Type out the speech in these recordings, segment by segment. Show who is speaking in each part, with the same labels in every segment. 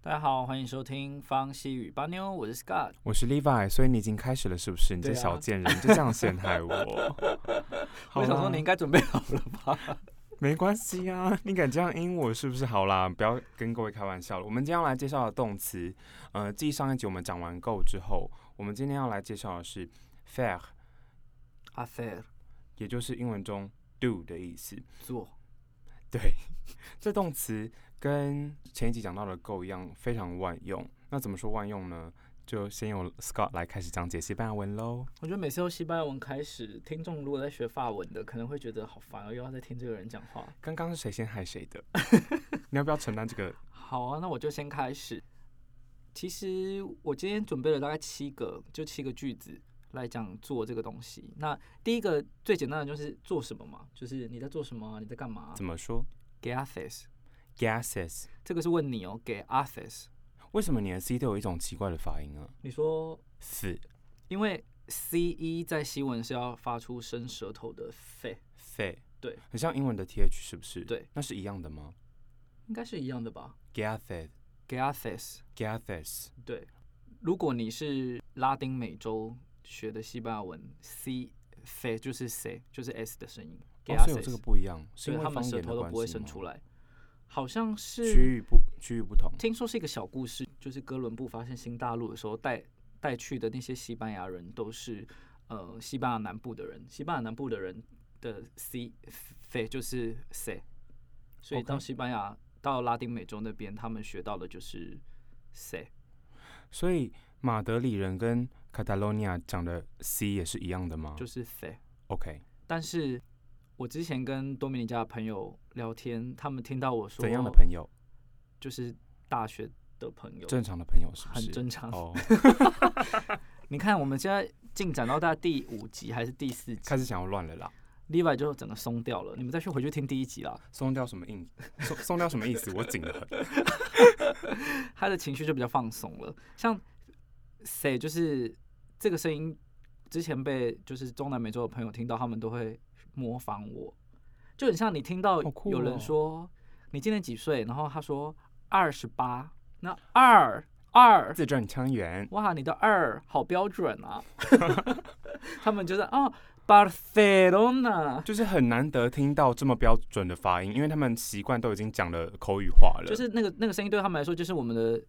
Speaker 1: 大家好，欢迎收听方西与巴妞，我是 Scott。
Speaker 2: 我是 Levi，所以你已经开始了是不是？你这
Speaker 1: 对啊
Speaker 2: 小贱人，就这样陷害我。好
Speaker 1: 我想说你应
Speaker 2: 啦，
Speaker 1: 该准备好啊了吧？
Speaker 2: 没关系啊，你敢这样阴我是不是？好啦，不要跟各位开玩笑了。我们今天要来介绍的动词，呃，继上一集我们讲完够之后，我们今天要来介绍的是 fair，
Speaker 1: 阿菲尔
Speaker 2: 也就是英文中 do 的意思。
Speaker 1: 做
Speaker 2: 对， 这动词跟前一集讲到的 go 一样，非常万用。那怎么说万用呢？就先由 Scott 来开始讲解西班牙文喽。
Speaker 1: 我觉得每次用西班牙文开始，听众如果在学法文的，可能会觉得好烦哦，又要再听这个人讲话。
Speaker 2: 刚刚是谁先害谁的？ 你要不要承担这个？
Speaker 1: 好啊，那我就先开始。其实我今天准备了大概七个，就七个句子来讲做这个东西。那第一个最简单的就是做什么嘛，就是你在做什么啊，你在干嘛啊
Speaker 2: 怎么说
Speaker 1: ？Get office，
Speaker 2: ？Gases？
Speaker 1: 这个是问你哦，Get office。
Speaker 2: 为什么你的 C 都有一种奇怪的发音啊？
Speaker 1: 你说
Speaker 2: 死
Speaker 1: 因为 C E 在西文是要发出伸舌头的 f，
Speaker 2: 肺，
Speaker 1: 对，
Speaker 2: 很像英文的 th 是不是？
Speaker 1: 对，
Speaker 2: 那是一样的吗
Speaker 1: 应该是一样的吧
Speaker 2: ？Gases。
Speaker 1: g a t h e s
Speaker 2: Gases，
Speaker 1: 对，如果你是拉丁美洲学的西班牙文，C f 就是 C 就是 S 的声音 g
Speaker 2: 哦
Speaker 1: a，
Speaker 2: 所以
Speaker 1: t h e
Speaker 2: 有这个
Speaker 1: s
Speaker 2: 不一样，是
Speaker 1: 所以
Speaker 2: 因为
Speaker 1: 他们
Speaker 2: 方
Speaker 1: 舌
Speaker 2: 言的
Speaker 1: 头都
Speaker 2: 关
Speaker 1: 不会伸
Speaker 2: 系
Speaker 1: 出
Speaker 2: 吗？
Speaker 1: 来，好像
Speaker 2: 区
Speaker 1: 是
Speaker 2: 域不区域不同，
Speaker 1: 听说是一个小故事，就是哥伦布发现新大陆的时候带带去的那些西班牙人都是呃西班牙南部的人，西班牙南部的人的 C f 就是 C，所以
Speaker 2: OK
Speaker 1: 到西班牙到拉丁美洲那边，他们学到的就是 C。
Speaker 2: 所以马德里人跟 Catalonia 讲的 C 也是一样的吗？
Speaker 1: 就是 C。
Speaker 2: OK，
Speaker 1: 但是我之前跟多米尼加的朋友聊天，他们听到我说
Speaker 2: 怎样的朋友？
Speaker 1: 就是大学的朋友，
Speaker 2: 正常的朋友是不
Speaker 1: 很
Speaker 2: 是？
Speaker 1: 正常。
Speaker 2: 哦，
Speaker 1: 你看我们现在进展到大概第五集还是第四集
Speaker 2: 开始想要乱了啦。
Speaker 1: ，Levi 就整个松掉了。你们再去回去听第一集啦，
Speaker 2: 松掉什么意？松松掉什么意思？我紧得很。
Speaker 1: 他的情绪就比较放松了。像 C 就是这个声音，之前被就是中南美洲的朋友听到，他们都会模仿我，就很像你听到
Speaker 2: 好酷
Speaker 1: 有人
Speaker 2: 哦
Speaker 1: 说、你今年几岁，然后他说二十八，那二二
Speaker 2: 字正腔圆，
Speaker 1: 哇，你的二好标准 啊！ 他们就是哦，Barcelona，
Speaker 2: 就是很难得听到这么标准的发音，因为他们习惯都已经讲了口语化了。
Speaker 1: 就是那个那个声音对他们来说就是我们的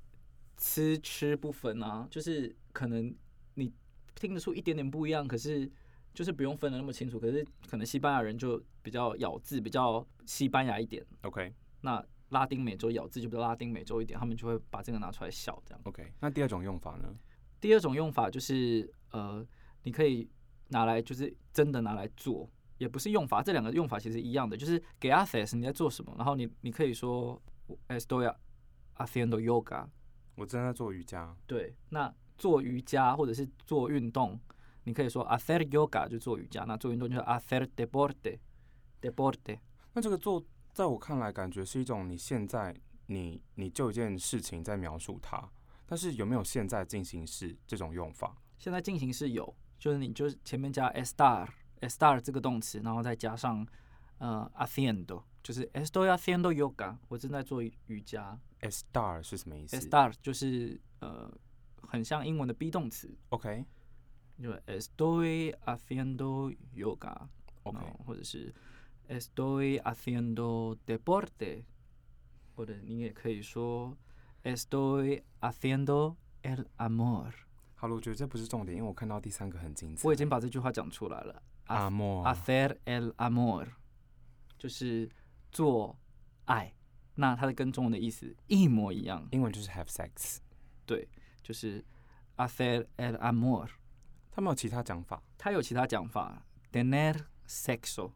Speaker 1: 吃吃不分啊，就是可能你听得出一点点不一样，可是就是不用分的那么清楚。可是可能西班牙人就比较咬字比较西班牙一点，
Speaker 2: OK
Speaker 1: 那拉丁美洲咬字就比较拉丁美洲一点，他们就会把这个拿出来笑这样。
Speaker 2: OK。那第二种用法呢？
Speaker 1: 第二种用法就是呃，你可以拿来就是真的拿来做，也不是用法，这两个用法其实一样的，就是给 a c e s 你在做什么，然后你你可以说呃 estoy haciendo yoga，
Speaker 2: 我正在做瑜伽，
Speaker 1: 对，那做瑜伽或者是做运动，你可以说 hacer yoga 就做瑜伽，那做运动就是 hacer deporte，deporte，
Speaker 2: 那这个做在我看来，感觉是一种你现在你你就一件事情在描述它，但是有没有现在进行式这种用法？
Speaker 1: 现在进行式有，就是你就是前面加 estar estar 这个动词，然后再加上呃 haciendo，就是 estoy haciendo yoga，我正在做瑜伽。
Speaker 2: estar 是什么意思
Speaker 1: estar 就是呃很像英文的 be 动词，
Speaker 2: ？OK
Speaker 1: 就是 estoy haciendo yoga，
Speaker 2: OK，、
Speaker 1: 然后或者是 estoy haciendo deporte，或者你也可以说 estoy haciendo el amor。
Speaker 2: 好了，我觉得这不是重点，因为我看到第三个很精彩。
Speaker 1: 我已经啊把这句话讲出来了。
Speaker 2: 阿莫啊
Speaker 1: hacer el amor，就是做爱。那它的跟中文的意思一模一样，
Speaker 2: 英文就是 have sex，
Speaker 1: 对，就是 hacer el amor。
Speaker 2: 他们有其他讲法
Speaker 1: 它有其他讲法，tener sexo，tener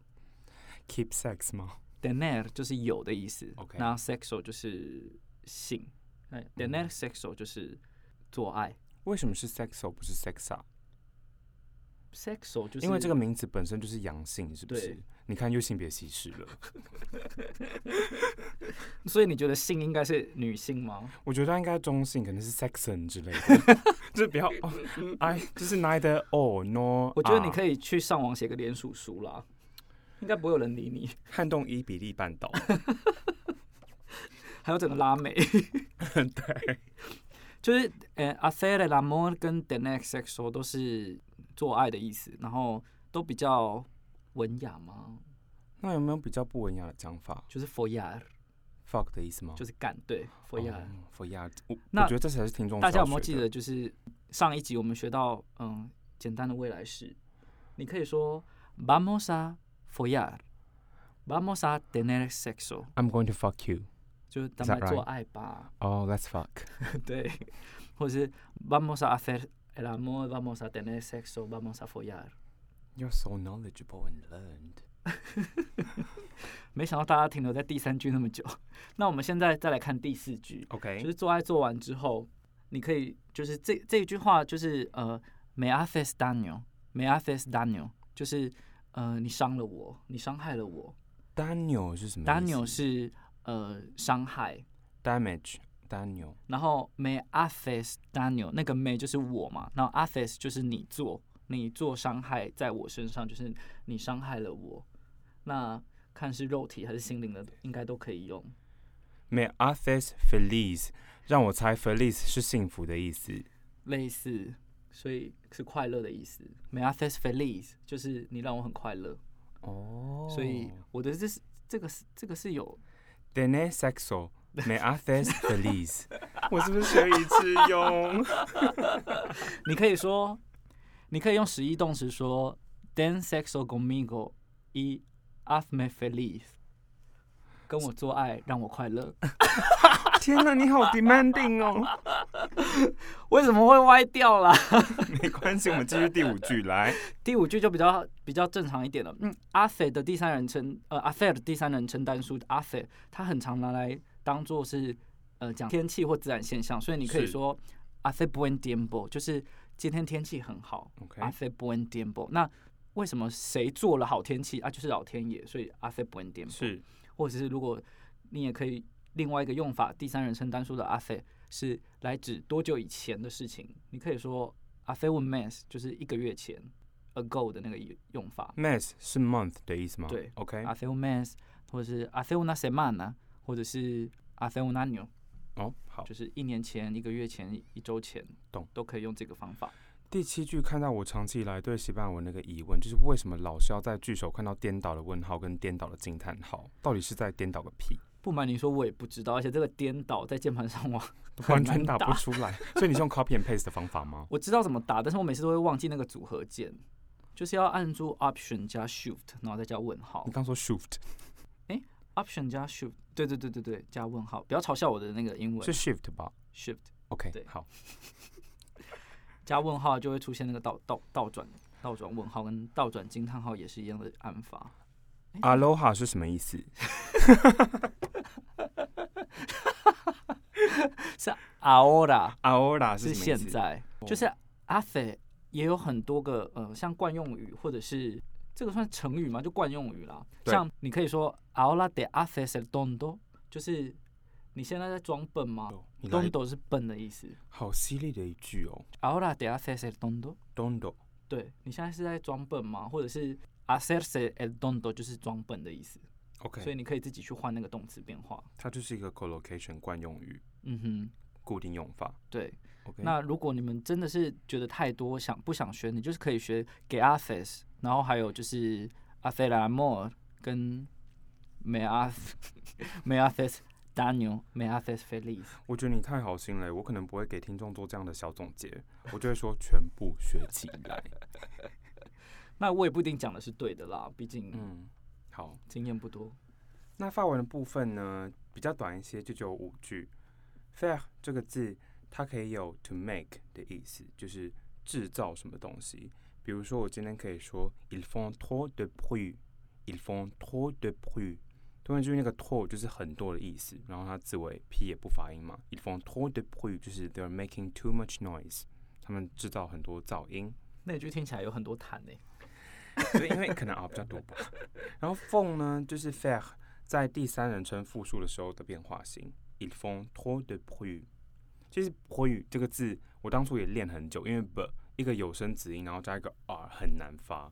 Speaker 2: ，keep sex 吗？
Speaker 1: 就是有的意思
Speaker 2: OK 嗯
Speaker 1: 那 sexo 就是性，那 tener sexo 就是做爱
Speaker 2: 为什么是 sexo 不是啊 sexa？
Speaker 1: ，sexo 就是
Speaker 2: 因为这个名字本身就是阳性，是不是
Speaker 1: 对？
Speaker 2: 你看又性别歧视了。
Speaker 1: 所以你觉得性应该是女性吗？
Speaker 2: 我觉得它应该中性，可能是 sexon 之 类的，就是不要哦，哎，就是 neither or nor。
Speaker 1: 嗯
Speaker 2: 啊
Speaker 1: 我觉得你可
Speaker 2: 以
Speaker 1: 以去上网写个联署书啦，应该不会有人理你。
Speaker 2: 撼动伊比利半岛。
Speaker 1: 还有整个拉美，
Speaker 2: 对，
Speaker 1: 就是呃 a c e r e l amor 跟 the next sexo 都是做爱的意思，然后都比较文雅嘛，
Speaker 2: 那有没有比较不文雅的讲法
Speaker 1: 就是 follar
Speaker 2: ？fuck 的意思吗？
Speaker 1: 就是干，对 follar。
Speaker 2: 佛亚，我我
Speaker 1: 那
Speaker 2: 觉得这才是听众
Speaker 1: 大家有
Speaker 2: 需
Speaker 1: 没
Speaker 2: 要
Speaker 1: 有
Speaker 2: 哦学
Speaker 1: 记
Speaker 2: 的
Speaker 1: 得，就是上一集我们学到，嗯，简单的未来式，你可以说 vamos a follar，vamos a tener sexo，
Speaker 2: ？I'm going to fuck you.
Speaker 1: 就是咱
Speaker 2: Is that
Speaker 1: 们来做爱吧
Speaker 2: Oh, let's fuck.
Speaker 1: 对，或者是 vamos a hacer el amor，vamos a tener sexo，vamos a follar。
Speaker 2: You're so knowledgeable and learned.
Speaker 1: 没想到大家停留在第三句那么久， 那我们现在再来看第四句，
Speaker 2: OK，
Speaker 1: 就是做爱做完之后，你可以就是这这一句话就是呃，me haces daño，me haces daño，就是呃你伤了我，你伤害了我。
Speaker 2: Daniel 是什么意思
Speaker 1: daño 是呃伤害，
Speaker 2: damage。Daniel
Speaker 1: 然后 me haces daño 那个 me 就是我嘛，然后 haces 就是你做，你做伤害在我身上，就是你伤害了我。那看是肉体还是心灵的，应该都可以用。
Speaker 2: me haces feliz，让我猜 feliz 是幸福的意思。
Speaker 1: 类似，所以是快乐的意思。Me haces feliz 就是你让我很快乐，
Speaker 2: 哦
Speaker 1: 所以我的这是这个是这个是有
Speaker 2: Dene sexo me haces feliz，我 是不是学以致用？
Speaker 1: 你可以说，你可以用十一动词说 “den sexo conmigo y hazme feliz”，跟我做爱让我快乐。
Speaker 2: 天哪，你好 demanding 哦！
Speaker 1: 为什么会歪掉啦？
Speaker 2: 没关系，我们继续第五句来。
Speaker 1: 第五句就比较比较正常一点了。嗯，阿斐的第三人称，呃，阿斐的第三人称单数阿斐，它很常拿来当做是呃讲天气或自然现象，所以你可以
Speaker 2: 是
Speaker 1: 说阿斐 buen tiempo，就是今天天气很好。
Speaker 2: OK，
Speaker 1: 阿斐 buen tiempo，那为什么谁做了好天气啊？就是老天爷，所以阿斐 buen tiempo。
Speaker 2: 是
Speaker 1: 或者是如果你也可以另外一个用法，第三人称单数的阿飞是来指多久以前的事情，你可以说阿飞问 mess 就是一个月前 ago 的那个用法，
Speaker 2: mes 是 month 的意思吗？
Speaker 1: 对啊
Speaker 2: ，OK，
Speaker 1: 阿飞问 mess，或者是阿飞问 una semana，或者是阿飞问 un año，
Speaker 2: 哦，好。
Speaker 1: 就是一年前、一个月前、一周前，
Speaker 2: 懂
Speaker 1: 都可以用这个方法。
Speaker 2: 第七句看到我长期以来对西班牙文那个疑问，就是为什么老是要在句首看到颠倒的问号跟颠倒的惊叹号？到底是在颠倒个 屁？
Speaker 1: 不瞒你说，我也不知道，而且这个颠倒在键盘上我
Speaker 2: 完
Speaker 1: 很难
Speaker 2: 全打不出来。所以你是用 copy and paste 的方法吗？
Speaker 1: 我知道怎么打，但是我每次都会忘记那个组合键，就是要按住 Option 加 Shift，然后再加问号
Speaker 2: 你。刚说 shift
Speaker 1: Option 加 Shift，对对对对对，加问号，不要嘲笑我的那个英文
Speaker 2: 是 shift 吧
Speaker 1: Shift
Speaker 2: ？OK，
Speaker 1: 对
Speaker 2: 好，
Speaker 1: 加问号就会出现那个倒倒倒转倒转问号跟倒转惊叹号也是一样的按法。
Speaker 2: Aloha 是什么意思？
Speaker 1: Ahora
Speaker 2: 阿欧 拉
Speaker 1: 是
Speaker 2: 什么意
Speaker 1: 现
Speaker 2: 思？哦
Speaker 1: 在，就是阿斐也有很多个呃，像惯用语或者是这个算成语嘛，就惯用语啦。
Speaker 2: 对
Speaker 1: 像你可以说 “ahora de haces el tonto”，就是你现在在装笨吗
Speaker 2: 哦你来
Speaker 1: ？“tonto” 是笨的意思
Speaker 2: 好犀利的一句哦
Speaker 1: ，“ahora de haces el tonto”。
Speaker 2: ，dondo
Speaker 1: 对你现在是在装笨吗？或者是 hacerse el tonto 就是装笨的意思，所以
Speaker 2: OK，
Speaker 1: 你可以自己去换那个动词变化。
Speaker 2: 它就是一个 collocation 惯用语，
Speaker 1: 嗯哼，
Speaker 2: 固定用法。
Speaker 1: 对。
Speaker 2: OK，
Speaker 1: 那如果你们真的是觉得太多想不想学，你就是可以学 g e haces，然后还有就是 hacer el amor 跟 me ha me haces daño me haces feliz。
Speaker 2: 我觉得你太好心了，我可能不会给听众做这样的小总结，我就会说全部学起来。
Speaker 1: 那我也不一定讲的是对的啦，毕竟
Speaker 2: 嗯，好。
Speaker 1: 经验不多。
Speaker 2: 那法文的部分呢，比较短一些，就只有五句。faire 这个字，它可以有 to make 的意思，就是制造什么东西。比如说，我今天可以说 ils font trop de bruit，ils font trop de bruit。突然注意那个 trop 就是很多的意思，然后它字尾 p 也不发音嘛。ils font trop de bruit 就是 they're making too much noise，他们制造很多噪音。
Speaker 1: 那句听起来有很多痰呢、
Speaker 2: 所以因为可能啊比较多吧。然后 font 呢，就是 faire 在第三人称复数的时候的变化型，ils font trop de bruit。其实 bruit 这个字，我当初也练很久，因为 b 一个有声子音，然后加一个 r 很难发。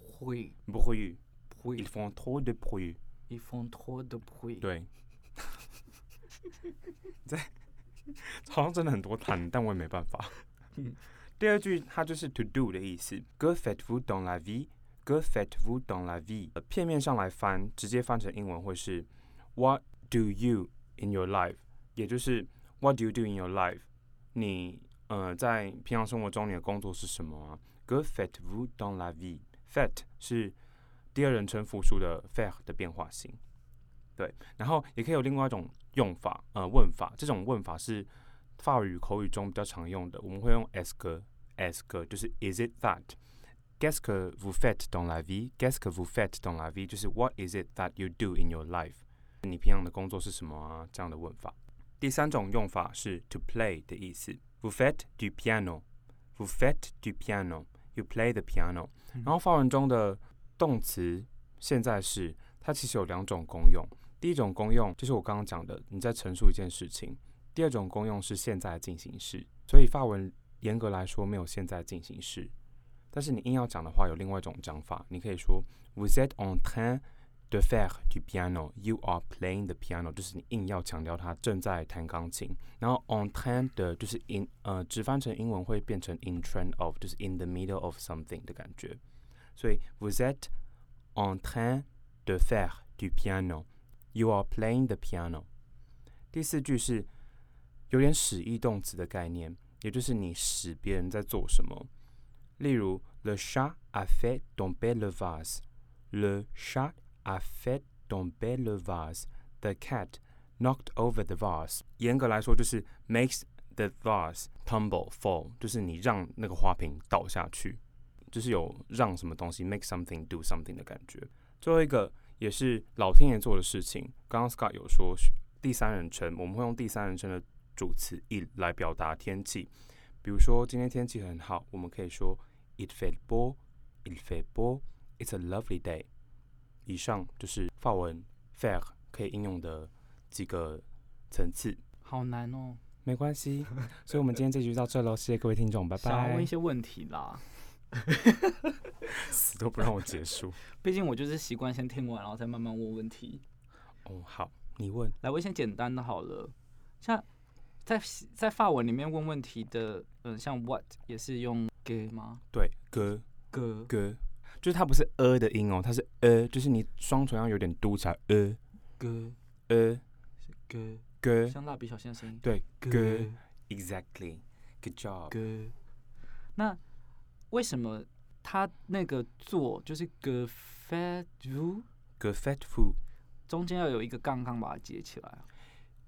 Speaker 1: 会
Speaker 2: bruit
Speaker 1: 会
Speaker 2: ils font trop de bruit。
Speaker 1: 一封拖的会。
Speaker 2: 对，好像真的很多痰，但我也没办法
Speaker 1: 嗯。
Speaker 2: 第二句它就是 to do 的意思，que faites-vous dans la vie？que faites-vous dans la vie？呃片面上来翻，直接翻成英文会是 What do you in your life？也就是 What do you do in your life？你呃在平常生活中你的工作是什么啊？que faites-vous dans la vie？fait 是第二人称复数的 faire 的变化型，对。然后也可以有另外一种用法，呃，问法。这种问法是法语口语中比较常用的，我们会用 est-ce que est-ce que 就是 is it that qu'est-ce que vous faites dans la vie qu'est-ce que vous faites dans la vie 就是 what is it that you do in your life 你平常的工作是什么啊？这样的问法。第三种用法是 to play 的意思，vous faites du piano vous faites du piano you play the piano。
Speaker 1: 嗯
Speaker 2: 然后法文中的动词现在式，它其实有两种功用。第一种功用就是我刚刚讲的，你在陈述一件事情；第二种功用是现在进行式，所以法文严格来说没有现在进行式，但是你硬要讲的话，有另外一种讲法，你可以说 Vous êtes en train de faire du piano, you are playing the piano，就是你硬要强调他正在弹钢琴。然后 en train 的就是 in 呃，直翻成英文会变成 in train of，就是 in the middle of something 的感觉。所以 Vous êtes en train de faire du piano, you are playing the piano。第四句是有点使役动词的概念，也就是你使别人在做什么。例如，Le chat a fait tomber le vase。Le chat a fait tomber le vase。The cat knocked over the vase。严格来说，就是 makes the vase tumble fall，就是你让那个花瓶倒下去，就是有让什么东西 make something do something 的感觉。最后一个也是老天爷做的事情。刚刚 Scott 有说第三人称，我们会用第三人称的主词 il 来表达天气。比如说今天天气很好，我们可以说 it fait beau，il fait beau，it's a lovely day。以上就是法文 faire 可以应用的几个层次。
Speaker 3: 好难哦。
Speaker 2: 没关系， 所以我们今天这局到这喽，谢谢各位听众，拜
Speaker 1: 想要问
Speaker 2: 拜
Speaker 1: 一。些问题啦，
Speaker 2: 死都不让我结束。
Speaker 1: 毕竟我就是习惯先听完，然后再慢慢问问题。
Speaker 2: 哦，好，你问。
Speaker 1: 来，我先简单的好了，像在在法文里面问问题的，嗯，像 what 也是用 g 吗？
Speaker 2: 对，歌
Speaker 1: 歌
Speaker 2: 歌，就是它不是呃的音哦，它是呃，就是你双唇要有点嘟起来，呃
Speaker 1: 歌
Speaker 2: 呃
Speaker 1: 歌，
Speaker 2: 歌。
Speaker 1: 像蜡笔小新的声音。
Speaker 2: 对，
Speaker 1: 歌
Speaker 2: exactly。Good job。
Speaker 1: 歌。那为什么他那个做就是歌 fat u
Speaker 2: 歌 fat food，
Speaker 1: 中间要有一个杠杠把它接起来啊？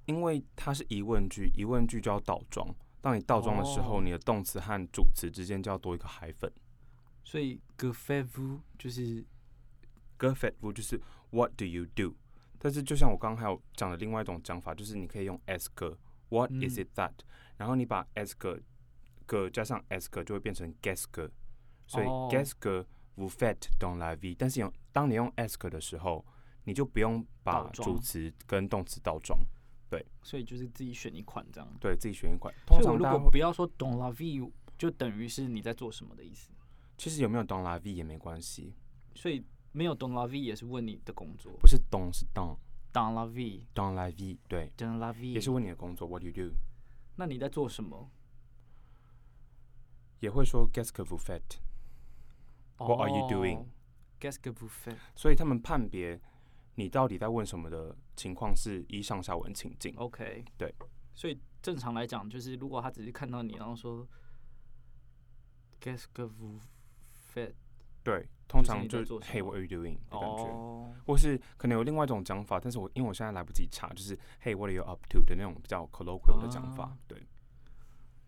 Speaker 2: 因为它是疑问句，疑问句就要倒装。当你倒装的时候，
Speaker 1: 哦
Speaker 2: 你的动词和主词之间就要多一个海粉。
Speaker 1: 所以歌 fat u 就是
Speaker 2: 歌 fat food 就是 What do you do？但是就像我刚刚还有讲的另外一种讲法，就是你可以用 as 歌 What is
Speaker 1: 嗯
Speaker 2: it that？、然后你把 as 歌歌加上 as 歌就会变成 guess 歌，所以
Speaker 1: 哦
Speaker 2: guess 歌 vous faites dans la vie。但是用当你用 as 歌的时候，你就不用把
Speaker 1: 倒装
Speaker 2: 主词跟动词倒装，
Speaker 1: 所以就是自己选一款这样。
Speaker 2: 对自己选一款。
Speaker 1: 所
Speaker 2: 通
Speaker 1: 以我
Speaker 2: 常
Speaker 1: 如
Speaker 2: 大家
Speaker 1: 果
Speaker 2: 会
Speaker 1: 不要说 don la vie，就等于是你在做什么的意思。
Speaker 2: 其实有没有 dans la vie 也没关系，
Speaker 1: 所以没有 don la vie 也是问你的工作
Speaker 2: 不是 dans 是 dans
Speaker 1: ，don la vie。
Speaker 2: dans la vie，对，
Speaker 1: don la vie
Speaker 2: 也是问你的工作 What do you do？
Speaker 1: 那你在做什么
Speaker 2: 也会说 guess que vous faites。What are you doing？
Speaker 1: 哦 doing？Guess que vous faites？
Speaker 2: 所以他们判别你到底在问什么的情况是依上下文情境。
Speaker 1: OK，
Speaker 2: 对，
Speaker 1: 所以正常来讲，就是如果他只是看到你，然后说 guess que vous faites，
Speaker 2: 对，通
Speaker 1: 就是
Speaker 2: 常
Speaker 1: 你
Speaker 2: 就
Speaker 1: 在
Speaker 2: 是
Speaker 1: 做什
Speaker 2: Hey
Speaker 1: 么
Speaker 2: what are you doing 的感觉，
Speaker 1: 哦，
Speaker 2: 或是可能有另外一种讲法，但是我因为我现在来不及查，就是 Hey what are you up to 的那种比较 colloquial 的讲法。
Speaker 1: 啊
Speaker 2: 对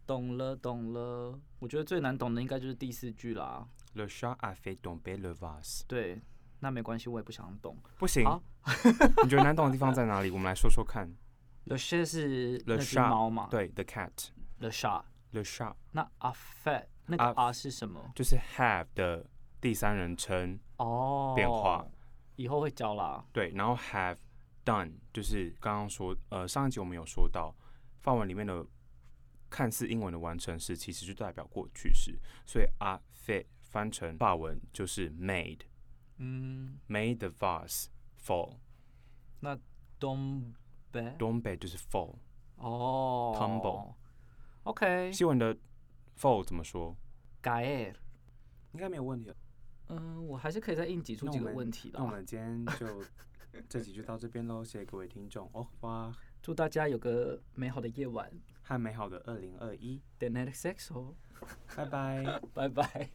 Speaker 1: 懂了懂了。我觉得最难懂的应该就是第四句啦。
Speaker 2: ，Le chat a fait tomber le vase。
Speaker 1: 对，那没关系，我也不想懂。
Speaker 2: 不行
Speaker 1: 好，
Speaker 2: 你觉得难懂的地方在哪里？我们来说说看。
Speaker 1: The chat 是
Speaker 2: Le
Speaker 1: 那只
Speaker 2: chat，
Speaker 1: 猫嘛？
Speaker 2: 对，the cat。
Speaker 1: ，The chat。
Speaker 2: Le chat
Speaker 1: 那 a fat 那个
Speaker 2: A-
Speaker 1: r 是什么？
Speaker 2: 就是 have 的第三人称，
Speaker 1: 哦，
Speaker 2: 变化，
Speaker 1: 以后会教啦。
Speaker 2: 对，然后 have done 就是刚刚说，呃，上一集我们有说到，范文里面的看似英文的完成式，其实就代表过去式，所以 a fit 翻成法文就是 made
Speaker 1: 嗯
Speaker 2: made the vase fall。
Speaker 1: ，dom 呗。
Speaker 2: Dombe 就是 fall，
Speaker 1: 哦
Speaker 2: Tumble。
Speaker 1: OK，
Speaker 2: 西文的 fall 怎么说？
Speaker 1: 改欸。
Speaker 2: 应该没有问题。
Speaker 1: 嗯，我还是可以再应急出
Speaker 2: 那
Speaker 1: 几
Speaker 2: 我
Speaker 1: 个
Speaker 2: 们
Speaker 1: 问题
Speaker 2: 那我
Speaker 1: 啦。
Speaker 2: 们今天 就这集就到这边喽，谢谢各位听众，哦哇，
Speaker 1: 祝大家有个美好的夜晚
Speaker 2: 和美好的二零二一，
Speaker 1: ，The Next Sexo，
Speaker 2: 拜拜。
Speaker 1: 哦拜拜。